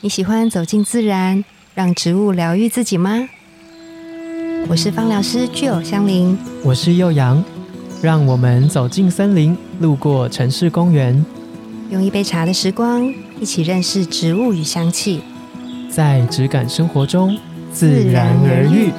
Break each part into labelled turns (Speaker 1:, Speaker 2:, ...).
Speaker 1: 你喜欢走进自然，让植物疗愈自己吗？我是芳疗师具有香林，
Speaker 2: 我是幼阳，让我们走进森林，路过城市公园，
Speaker 1: 用一杯茶的时光，一起认识植物与香气。
Speaker 2: 在质感生活中自然而愈。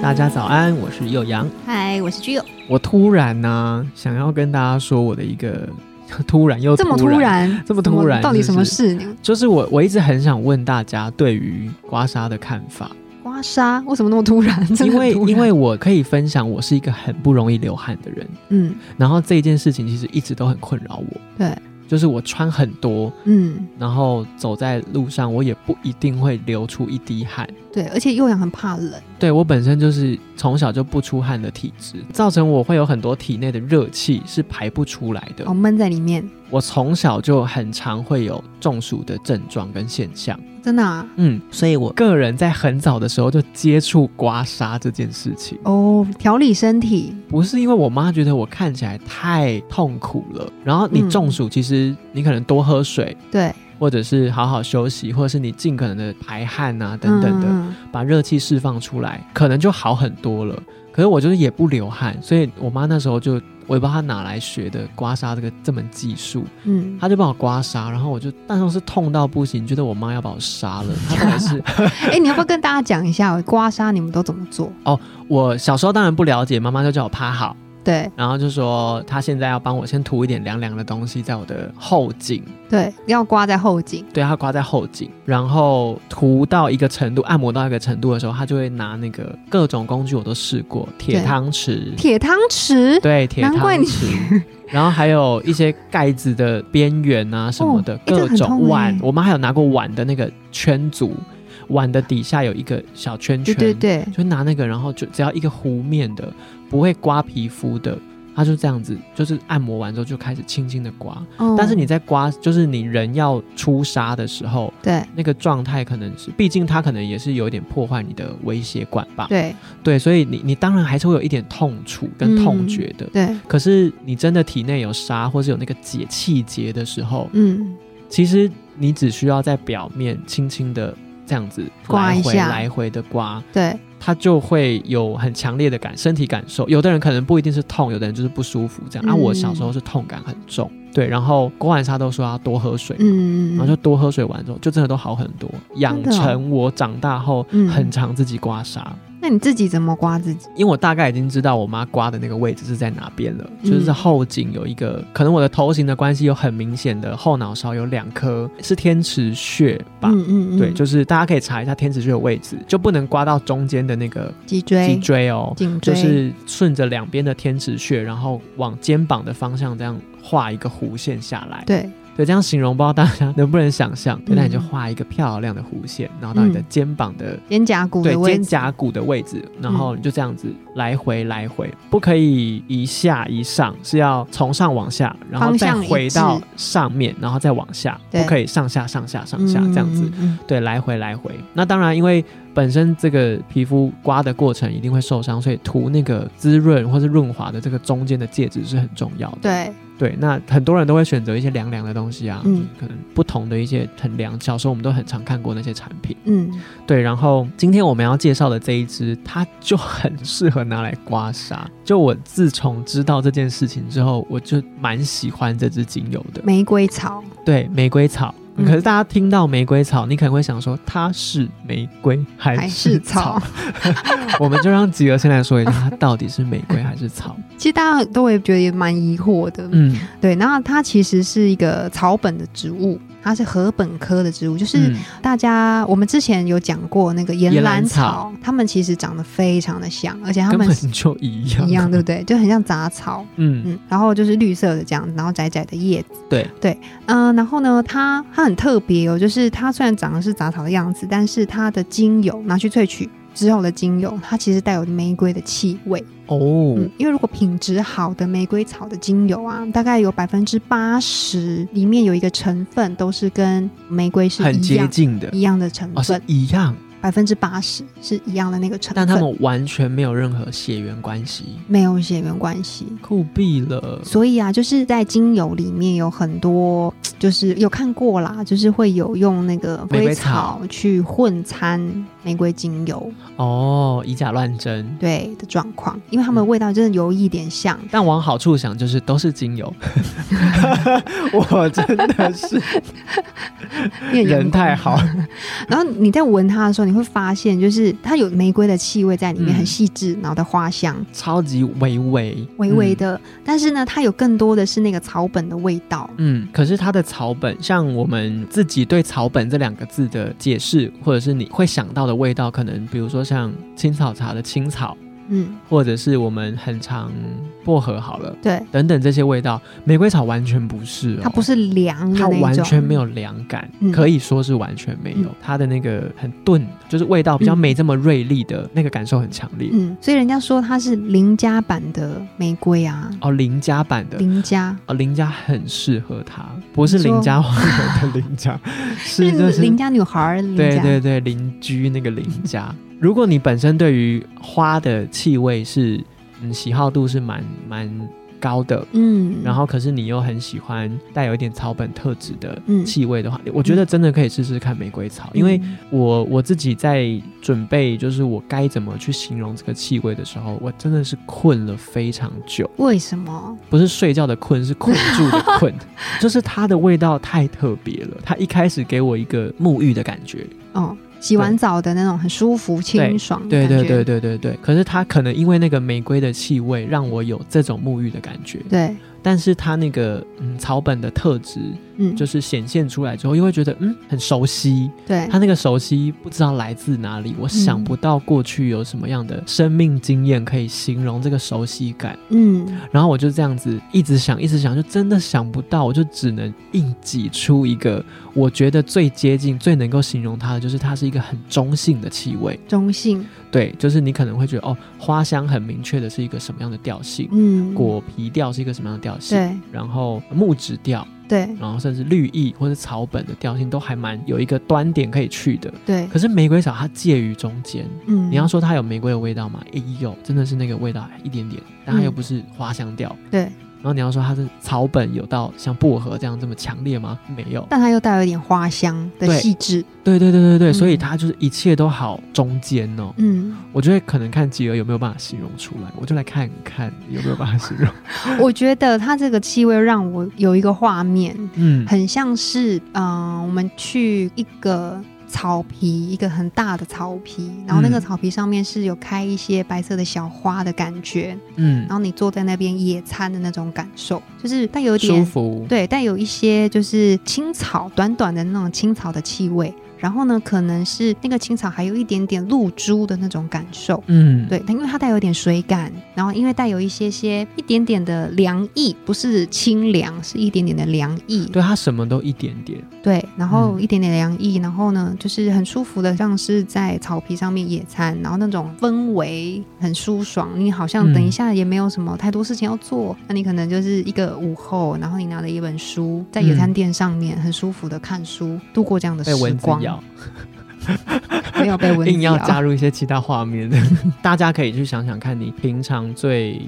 Speaker 2: 大家早安，我是幼阳。
Speaker 3: 嗨，我是具有。
Speaker 2: 我突然呢、想要跟大家说我的一个 突然又
Speaker 3: 这么
Speaker 2: 突
Speaker 3: 突然，
Speaker 2: 这么突然
Speaker 3: 到底
Speaker 2: 是
Speaker 3: 什
Speaker 2: 不
Speaker 3: 么
Speaker 2: 是
Speaker 3: 事呢？
Speaker 2: 就是我我一直很想问大家对于刮痧的看法，
Speaker 3: 刮痧为什么那么突然？真的
Speaker 2: 因
Speaker 3: 很
Speaker 2: 为
Speaker 3: 突然
Speaker 2: 因为我可以分享，我是一个很不容易流汗的人，
Speaker 3: 嗯
Speaker 2: 然后这件事情其实一直都很困扰我。
Speaker 3: 对，
Speaker 2: 就是我穿很多，
Speaker 3: 嗯
Speaker 2: 然后走在路上，我也不一定会流出一滴汗。
Speaker 3: 对，而且幼阳很怕冷，
Speaker 2: 对我本身就是从小就不出汗的体质，造成我会有很多体内的热气是排不出来的。
Speaker 3: 哦闷在里面，
Speaker 2: 我从小就很常会有中暑的症状跟现象。
Speaker 3: 真的啊。
Speaker 2: 嗯，所以我个人在很早的时候就接触刮痧这件事情，
Speaker 3: 哦，调理身体，
Speaker 2: 不是因为我妈觉得我看起来太痛苦了，然后你
Speaker 3: 嗯
Speaker 2: 中暑，其实你可能多喝水，
Speaker 3: 对，
Speaker 2: 或者是好好休息，或者是你尽可能的排汗啊等等的，
Speaker 3: 嗯，
Speaker 2: 把热气释放出来，可能就好很多了。可是我就是也不流汗，所以我妈那时候就我也不知道她哪来学的刮痧这个这门技术，
Speaker 3: 嗯，
Speaker 2: 她就帮我刮痧，然后我就但是是痛到不行，觉得我妈要把我杀了。她到底是
Speaker 3: 哎、你要不要跟大家讲一下刮痧你们都怎么做？
Speaker 2: 我小时候当然不了解，妈妈就叫我趴好，
Speaker 3: 对
Speaker 2: 然后就说她现在要帮我先涂一点凉凉的东西在我的后颈，
Speaker 3: 对，要刮在后颈，
Speaker 2: 对，她刮在后颈，然后涂到一个程度，按摩到一个程度的时候，她就会拿那个各种工具我都试过，铁
Speaker 3: 对
Speaker 2: 汤匙，
Speaker 3: 铁汤匙，
Speaker 2: 对，铁汤
Speaker 3: 难怪你
Speaker 2: 匙， 然后还有一些盖子的边缘啊什么的，
Speaker 3: 哦诶这
Speaker 2: 各
Speaker 3: 个很
Speaker 2: 种
Speaker 3: 痛
Speaker 2: 碗
Speaker 3: 欸，
Speaker 2: 我妈还有拿过碗的那个圈组，碗的底下有一个小圈
Speaker 3: 对
Speaker 2: 圈，
Speaker 3: 对对，
Speaker 2: 就拿那个，然后就只要一个弧面的，不会刮皮肤的，它就这样子，就是按摩完之后就开始轻轻的刮。
Speaker 3: 哦
Speaker 2: 但是你在刮，就是你人要出痧的时候，
Speaker 3: 对
Speaker 2: 那个状态可能是，毕竟它可能也是有一点破坏你的微血管吧。
Speaker 3: 对
Speaker 2: 对，所以你你当然还是会有一点痛楚
Speaker 3: 嗯
Speaker 2: 跟痛觉的。
Speaker 3: 对，
Speaker 2: 可是你真的体内有痧，或是有那个解气结的时候，
Speaker 3: 嗯，
Speaker 2: 其实你只需要在表面轻轻的这样子
Speaker 3: 刮
Speaker 2: 来
Speaker 3: 一
Speaker 2: 回
Speaker 3: 下
Speaker 2: 来回的刮，
Speaker 3: 对
Speaker 2: 它就会有很强烈的感身体感受。有的人可能不一定是痛，有的人就是不舒服这样。啊，
Speaker 3: 嗯
Speaker 2: 我小时候是痛感很重，对，然后刮完痧都说要多喝水，
Speaker 3: 嗯，
Speaker 2: 然后就多喝水完之后，就真的都好很多，养
Speaker 3: 真的哦
Speaker 2: 成我长大后、
Speaker 3: 嗯
Speaker 2: 很常自己刮痧。
Speaker 3: 那你自己怎么刮自己？
Speaker 2: 因为我大概已经知道我妈刮的那个位置是在哪边了，
Speaker 3: 嗯
Speaker 2: 就是后颈有一个，可能我的头型的关系有很明显的后脑勺有两颗是天池穴吧。
Speaker 3: 嗯嗯嗯，
Speaker 2: 对，就是大家可以查一下天池穴的位置，就不能刮到中间的那个
Speaker 3: 脊
Speaker 2: 脊
Speaker 3: 椎、
Speaker 2: 椎哦，
Speaker 3: 颈
Speaker 2: 就
Speaker 3: 椎，
Speaker 2: 是顺着两边的天池穴，然后往肩膀的方向这样画一个弧线下来。
Speaker 3: 对，
Speaker 2: 对，这样形容不知道大家能不能想象？对，
Speaker 3: 嗯
Speaker 2: 那你就画一个漂亮的弧线，然后到你的
Speaker 3: 嗯
Speaker 2: 肩膀的
Speaker 3: 肩胛骨
Speaker 2: 对
Speaker 3: 的位
Speaker 2: 肩
Speaker 3: 置，嗯
Speaker 2: 胛骨的位置，然后你就这样子来回来回，不可以一下一上，是要从上往下，然后
Speaker 3: 方
Speaker 2: 再
Speaker 3: 向一
Speaker 2: 回
Speaker 3: 致
Speaker 2: 到上面，然后再往下，不
Speaker 3: 对
Speaker 2: 可以上下上下上下这样子
Speaker 3: 嗯。，嗯嗯
Speaker 2: 对，来回来回。那当然，因为本身这个皮肤刮的过程一定会受伤，所以涂那个滋润或是润滑的这个中间的介质是很重要的。
Speaker 3: 对，
Speaker 2: 对，那很多人都会选择一些凉凉的东西啊，
Speaker 3: 嗯
Speaker 2: 就是可能不同的一些很凉。小时候我们都很常看过那些产品。
Speaker 3: 嗯，
Speaker 2: 对，然后今天我们要介绍的这一支，它就很适合拿来刮痧。就我自从知道这件事情之后，我就蛮喜欢这支精油的。
Speaker 3: 玫瑰草，
Speaker 2: 对，玫瑰草。
Speaker 3: 嗯
Speaker 2: 可是大家听到玫瑰草，你可能会想说它是玫瑰还
Speaker 3: 还
Speaker 2: 哎是
Speaker 3: 是
Speaker 2: 草
Speaker 3: 草？
Speaker 2: 我们就让吉儿先来说一下，它到底是玫瑰还是草？
Speaker 3: 其实大家都会觉得也蛮疑惑的，
Speaker 2: 嗯，
Speaker 3: 对。那它其实是一个草本的植物，它是禾本科的植物，就是
Speaker 2: 嗯
Speaker 3: 大家、我们之前有讲过那个
Speaker 2: 岩
Speaker 3: 岩
Speaker 2: 兰
Speaker 3: 兰
Speaker 2: 草
Speaker 3: 草，它们其实长得非常的像，而且它
Speaker 2: 根
Speaker 3: 们
Speaker 2: 本就一样，
Speaker 3: 一样，对不对？就很像杂草，
Speaker 2: 嗯，
Speaker 3: 嗯，然后就是绿色的这样，然后窄窄的叶子。
Speaker 2: 对
Speaker 3: 对，嗯、然后呢，它它很特别哦，就是它虽然长得是杂草的样子，但是它的精油拿去萃取之后的精油，它其实带有玫瑰的气味。
Speaker 2: 哦，
Speaker 3: 嗯，因为如果品质好的玫瑰草的精油啊，大概有百分之八十里面有一个成分都是跟玫瑰是
Speaker 2: 很
Speaker 3: 一
Speaker 2: 接
Speaker 3: 样
Speaker 2: 近的，
Speaker 3: 一样的成
Speaker 2: 哦，是
Speaker 3: 分。
Speaker 2: 一样，
Speaker 3: 百分之八十是一样的那个成分，
Speaker 2: 但他们完全没有任何血缘关系，
Speaker 3: 没有血缘关系。
Speaker 2: 酷毙了！
Speaker 3: 所以啊，就是在精油里面有很多，就是有看过啦，就是会有用那个
Speaker 2: 玫
Speaker 3: 龟
Speaker 2: 瑰草
Speaker 3: 草去混掺玫瑰精油
Speaker 2: 哦，以假乱真。
Speaker 3: 对的状况，因为它们的味道真的有一点像，
Speaker 2: 但往好处想，就是都是精油。 我真的是
Speaker 3: 因为嗯
Speaker 2: 人太好，
Speaker 3: 然后你在闻它的时候，你会发现，就是它有玫瑰的气味在里面，
Speaker 2: 嗯
Speaker 3: 很细致，然后的花香，
Speaker 2: 超级微微
Speaker 3: 微微
Speaker 2: 嗯
Speaker 3: 的。但是呢，它有更多的是那个草本的味道。
Speaker 2: 嗯，可是它的草本，像我们自己对“草本”这两个字的解释，或者是你会想到的味道，可能比如说像青草茶的青草，
Speaker 3: 嗯，
Speaker 2: 或者是我们很常薄荷好了
Speaker 3: 对，
Speaker 2: 等等这些味道，玫瑰草完全不是、哦，
Speaker 3: 它不是凉的
Speaker 2: 它
Speaker 3: 那一种，
Speaker 2: 完全没有凉感，
Speaker 3: 嗯
Speaker 2: 可以说是完全没有
Speaker 3: 嗯。
Speaker 2: 它的那个很钝，就是味道比较
Speaker 3: 嗯
Speaker 2: 没这么锐利的那个感受很强烈。
Speaker 3: 嗯，所以人家说它是邻家版的玫瑰啊，
Speaker 2: 哦，邻家版的。
Speaker 3: 邻家
Speaker 2: 哦，邻家很适合它，不是
Speaker 3: 你说
Speaker 2: 邻家黄人的 邻家，是
Speaker 3: 就
Speaker 2: 这
Speaker 3: 是
Speaker 2: 是
Speaker 3: 邻家女孩儿，邻
Speaker 2: 对
Speaker 3: 家
Speaker 2: 对对，邻居那个邻家。如果你本身对于花的气味是嗯喜好度是蛮蛮高的，
Speaker 3: 嗯，
Speaker 2: 然后可是你又很喜欢带有一点草本特质的
Speaker 3: 嗯
Speaker 2: 气味的话，我觉得真的可以试试看玫瑰草，因为
Speaker 3: 嗯
Speaker 2: 我我自己在准备就是我该怎么去形容这个气味的时候，我真的是困了非常久，
Speaker 3: 为什么？
Speaker 2: 不是睡觉的困，是困 住的困，就是它的味道太特别了，它一开始给我一个沐浴的感觉，
Speaker 3: 哦，洗完澡的那种很舒服、清爽的
Speaker 2: 对
Speaker 3: 嗯感觉，
Speaker 2: 对对对对对，可是它可能因为那个玫瑰的气味，让我有这种沐浴的感觉。
Speaker 3: 对
Speaker 2: 但是它那个嗯草本的特质，
Speaker 3: 嗯，
Speaker 2: 就是显现出来之后，又会觉得嗯很熟悉。
Speaker 3: 对
Speaker 2: 它那个熟悉不知道来自哪里，我
Speaker 3: 嗯
Speaker 2: 想不到过去有什么样的生命经验可以形容这个熟悉感。
Speaker 3: 嗯。
Speaker 2: 然后我就这样子一直想，一直想，就真的想不到，我就只能硬挤出一个我觉得最接近、最能够形容它的，就是它是一个很中性的气味。
Speaker 3: 中性，
Speaker 2: 对，就是你可能会觉得哦，花香很明确的是一个什么样的调性，
Speaker 3: 嗯，
Speaker 2: 果皮调是一个什么样的调性，
Speaker 3: 对
Speaker 2: 然后木质调，
Speaker 3: 对
Speaker 2: 然后甚至绿意或者草本的调性都还蛮有一个端点可以去的。
Speaker 3: 对，
Speaker 2: 可是玫瑰草它介于中间，
Speaker 3: 嗯，
Speaker 2: 你要说它有玫瑰的味道吗？也有，真的是那个味道一点点，但它又不是花香调。
Speaker 3: 对，
Speaker 2: 然后你要说它是草本有到像薄荷这样这么强烈吗？
Speaker 3: 嗯
Speaker 2: 没有。
Speaker 3: 但它又带有一点花香的
Speaker 2: 对
Speaker 3: 细致，
Speaker 2: 对对对对对，
Speaker 3: 嗯
Speaker 2: 所以它就是一切都好中间哦。
Speaker 3: 嗯，
Speaker 2: 我觉得可能看吉儿有没有办法形容出来，我就来看看有没有办法形 容。
Speaker 3: 我觉得它这个气味让我有一个画面，
Speaker 2: 嗯，
Speaker 3: 很像是，嗯、我们去一个草皮，一个很大的草皮，然后那个
Speaker 2: 嗯
Speaker 3: 草皮上面是有开一些白色的小花的感觉，
Speaker 2: 嗯
Speaker 3: 然，后你坐在那边野餐的那种感受，就是带有
Speaker 2: 舒
Speaker 3: 点，
Speaker 2: 服。
Speaker 3: 对，带有一些就是青草，短短的那种青草的气味，然后呢，可能是那个青草还有一点点露珠的那种感受。
Speaker 2: 嗯，
Speaker 3: 对，它因为它带有点水感，然后因为带有一些些一点点的凉意，不是清凉，是一点点的凉意。
Speaker 2: 对，它什么都一点点。
Speaker 3: 对，然后
Speaker 2: 嗯
Speaker 3: 一点点凉意，然后呢，就是很舒服的，像是在草皮上面野餐，然后那种氛围很舒爽。你好像等一
Speaker 2: 嗯
Speaker 3: 下也没有什么太多事情要做，那你可能就是一个午后，然后你拿了一本书，在野餐
Speaker 2: 嗯
Speaker 3: 垫上面很舒服的看书，度过这样的
Speaker 2: 被
Speaker 3: 时
Speaker 2: 蚊子
Speaker 3: 光。
Speaker 2: 咬，
Speaker 3: 没有被蚊子
Speaker 2: 硬要
Speaker 3: 咬，
Speaker 2: 加入一些其他画面， 大家可以去想想看，你平常最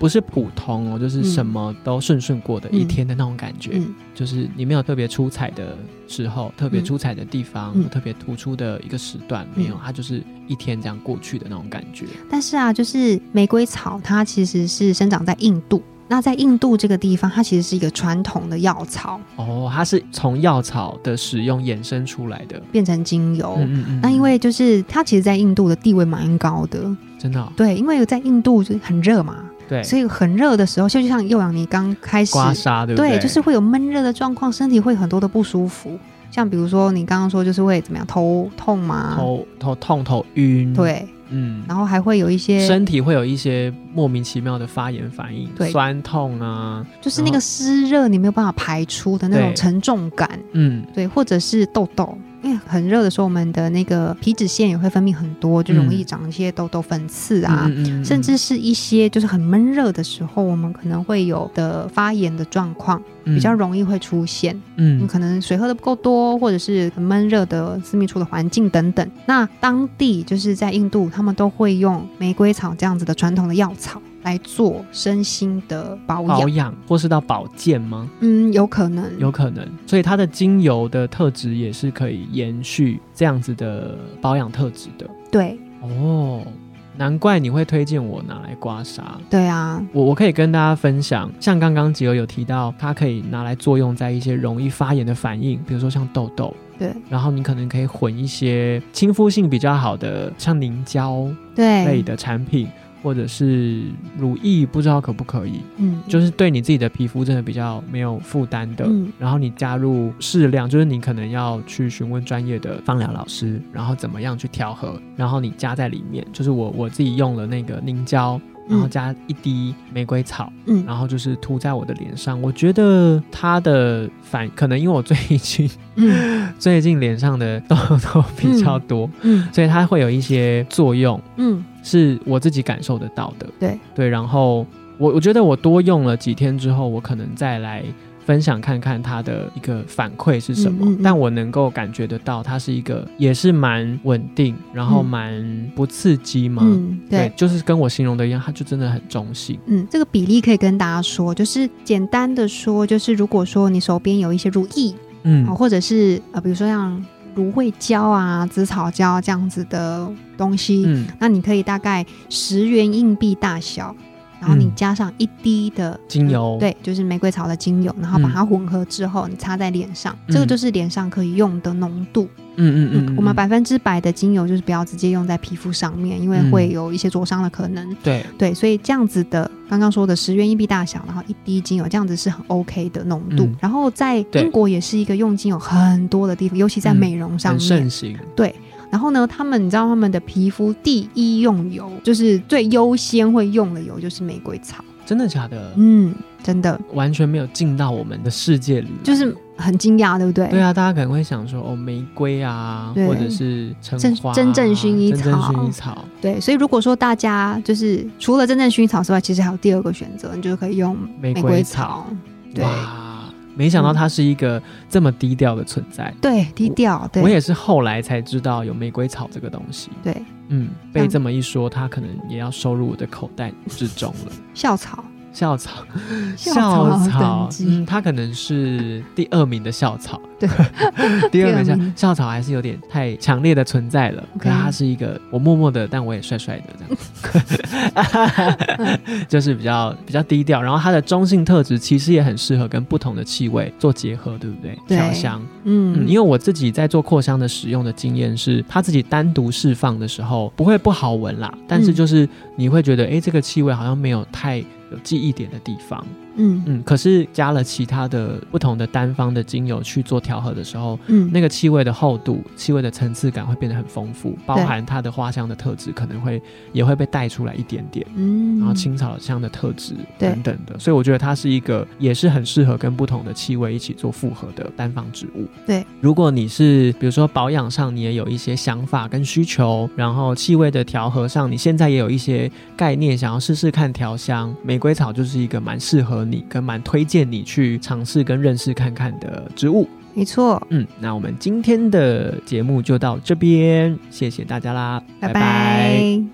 Speaker 2: 不是普通哦，就是
Speaker 3: 嗯
Speaker 2: 什么都顺顺过的一天的那种感觉，
Speaker 3: 嗯
Speaker 2: 就是你没有特别出彩的时候，特别出彩的地方，
Speaker 3: 嗯
Speaker 2: 特别突出的一个时段，没有，它就是一天这样过去的那种感觉。
Speaker 3: 但是啊，就是玫瑰草，它其实是生长在印度。那在印度这个地方，它其实是一个传统的药草，
Speaker 2: 哦，它是从药草的使用衍生出来的。
Speaker 3: 变成精油。
Speaker 2: 嗯嗯嗯
Speaker 3: 哦那因为就是它其实，在印度的地位蛮高的，
Speaker 2: 真的哦、
Speaker 3: 对，因为在印度就是很热嘛，
Speaker 2: 对，
Speaker 3: 所以很热的时候，就像幼阳你刚开始，
Speaker 2: 刮痧对不
Speaker 3: 对，
Speaker 2: 对，
Speaker 3: 就是会有闷热的状况，身体会很多的不舒服，像比如说你刚刚说就是会怎么样，头痛嘛，
Speaker 2: 头头痛、头晕，，
Speaker 3: 对，
Speaker 2: 嗯，
Speaker 3: 然后还会有一些
Speaker 2: 身体会有一些莫名其妙的发炎反应，
Speaker 3: 对
Speaker 2: 酸痛啊，
Speaker 3: 就是那个湿热你没有办法排出的那
Speaker 2: 对
Speaker 3: 种沉重感，
Speaker 2: 嗯，
Speaker 3: 对，或者是痘痘，因为很热的时候，我们的那个皮脂腺也会分泌很多，就容易长一些痘痘、粉刺啊。
Speaker 2: 嗯嗯嗯嗯
Speaker 3: 甚至是一些就是很闷热的时候，我们可能会有的发炎的状况，比较容易会出现。你
Speaker 2: 嗯
Speaker 3: 可能水喝的不够多，或者是很闷热的私密处的环境等等。那当地就是在印度，他们都会用玫瑰草这样子的传统的药草来做身心的保养。
Speaker 2: 嗯保养或是到保健吗？
Speaker 3: 嗯，有可能。
Speaker 2: 有可能，所以它的精油的特质也是可以延续这样子的保养特质的
Speaker 3: 对
Speaker 2: 哦。难怪你会推荐我拿来刮痧，
Speaker 3: 对啊，
Speaker 2: 我我可以跟大家分享，像刚刚吉儿有提到，它可以拿来作用在一些容易发炎的反应，比如说像痘痘，
Speaker 3: 对
Speaker 2: 然后你可能可以混一些亲肤性比较好的，像凝胶类
Speaker 3: 对，
Speaker 2: 的产品，或者是乳液，不知道可不可以，
Speaker 3: 嗯，
Speaker 2: 就是对你自己的皮肤真的比较没有负担的。
Speaker 3: 嗯
Speaker 2: 然后你加入适量，就是你可能要去询问专业的芳疗老师，然后怎么样去调和，然后你加在里面。就是我我自己用了那个凝胶，然后
Speaker 3: 嗯
Speaker 2: 加一滴玫瑰草，
Speaker 3: 嗯，
Speaker 2: 然后就是涂在我的脸上。我觉得它的反，可能因为我最近
Speaker 3: 嗯
Speaker 2: 最近脸上的痘痘比较多，
Speaker 3: 嗯
Speaker 2: 所以它会有一些作用，
Speaker 3: 嗯，
Speaker 2: 是我自己感受得到的。
Speaker 3: 对
Speaker 2: 对，然后我我觉得我多用了几天之后，我可能再来分享看看它的一个反馈是什么。
Speaker 3: 嗯嗯嗯
Speaker 2: 但我能够感觉得到，它是一个也是蛮稳定，然后
Speaker 3: 嗯
Speaker 2: 蛮不刺激嘛。
Speaker 3: 嗯对。
Speaker 2: 就是跟我形容的一样，它就真的很中性。
Speaker 3: 嗯，这个比例可以跟大家说，就是简单的说，就是如果说你手边有一些如意，
Speaker 2: 嗯
Speaker 3: 啊，或者是呃，比如说像芦荟胶啊、紫草胶这样子的东西，
Speaker 2: 嗯，
Speaker 3: 那你可以大概十元硬币大小，然后你
Speaker 2: 嗯
Speaker 3: 加上一滴的
Speaker 2: 精油
Speaker 3: 对，就是玫瑰草的精油，然后把
Speaker 2: 嗯
Speaker 3: 它混合之后，你擦在脸上，这个
Speaker 2: 嗯
Speaker 3: 就是脸上可以用的浓度。
Speaker 2: 嗯
Speaker 3: 嗯，我们百分之百的精油就是不要直接用在皮肤上面，因为
Speaker 2: 嗯
Speaker 3: 会有一些灼伤的可能。
Speaker 2: 对，
Speaker 3: 对，所以这样子的刚刚说的十元硬币大小，然后一滴精油，这样子是很 OK 的浓度。
Speaker 2: 嗯
Speaker 3: 然后在
Speaker 2: 对
Speaker 3: 英国也是一个用精油很多的地方，尤其在
Speaker 2: 嗯
Speaker 3: 美容上
Speaker 2: 很
Speaker 3: 面。
Speaker 2: 盛行。
Speaker 3: 然后呢，他们你知道他们的皮肤第一用油，就是最优先会用的油就是玫瑰草。
Speaker 2: 真的假的？
Speaker 3: 嗯，真的
Speaker 2: 完全没有进到我们的世界里来，
Speaker 3: 就是很惊讶，对不对？
Speaker 2: 对啊，大家可能会想说哦，玫瑰啊，
Speaker 3: 对
Speaker 2: 或者是橙
Speaker 3: 真
Speaker 2: 花啊、
Speaker 3: 真正薰衣草
Speaker 2: 真正薰衣草，
Speaker 3: 对所以如果说大家就是除了真正薰衣草之外，其实还有第二个选择，你就可以用
Speaker 2: 玫
Speaker 3: 玫瑰
Speaker 2: 瑰草。
Speaker 3: 草。对嗯
Speaker 2: 哇，没想到它是一个这么低调的存在。
Speaker 3: 对，低调。
Speaker 2: 我
Speaker 3: 对
Speaker 2: 也是后来才知道有玫瑰草这个东西，
Speaker 3: 对，
Speaker 2: 嗯，被
Speaker 3: 嗯
Speaker 2: 这么一说，它可能也要收入我的口袋之中了。
Speaker 3: 校草。
Speaker 2: 校草，
Speaker 3: 校草
Speaker 2: 校
Speaker 3: 等级
Speaker 2: 嗯，它可能是第二名的校草，
Speaker 3: 对，
Speaker 2: 第二名的
Speaker 3: 第二
Speaker 2: 校
Speaker 3: 名
Speaker 2: 校草还是有点太强烈的存在了。
Speaker 3: OK
Speaker 2: 可它是一个我默默的，但我也帅帅的这样 子，就是比较比较低调。然后它的中性特质其实也很适合跟不同的气味做结合，对不对？
Speaker 3: 对
Speaker 2: 调香，
Speaker 3: 嗯，
Speaker 2: 嗯，因为我自己在做扩香的使用的经验是，它自己单独释放的时候不会不好闻啦，但是
Speaker 3: 嗯
Speaker 2: 就是你会觉得，哎、这个气味好像没有太有记忆点的地方，
Speaker 3: 嗯
Speaker 2: 嗯，可是加了其他的不同的单方的精油去做调和的时候，
Speaker 3: 嗯
Speaker 2: 那个气味的厚度、气味的层次感会变得很丰富，包
Speaker 3: 对
Speaker 2: 含它的花香的特质可能会也会被带出来一点点。
Speaker 3: 嗯，
Speaker 2: 然后青草香的特质
Speaker 3: 对
Speaker 2: 等等的，所以我觉得它是一个也是很适合跟不同的气味一起做复合的单方植物。
Speaker 3: 对，
Speaker 2: 如果你是比如说保养上你也有一些想法跟需求，然后气味的调和上你现在也有一些概念，想要试试看调香，玫瑰草就是一个蛮适合你跟蛮推荐你去尝试跟认识看看的植物。
Speaker 3: 没错，
Speaker 2: 嗯，那我们今天的节目就到这边，谢谢大家啦，
Speaker 3: 拜拜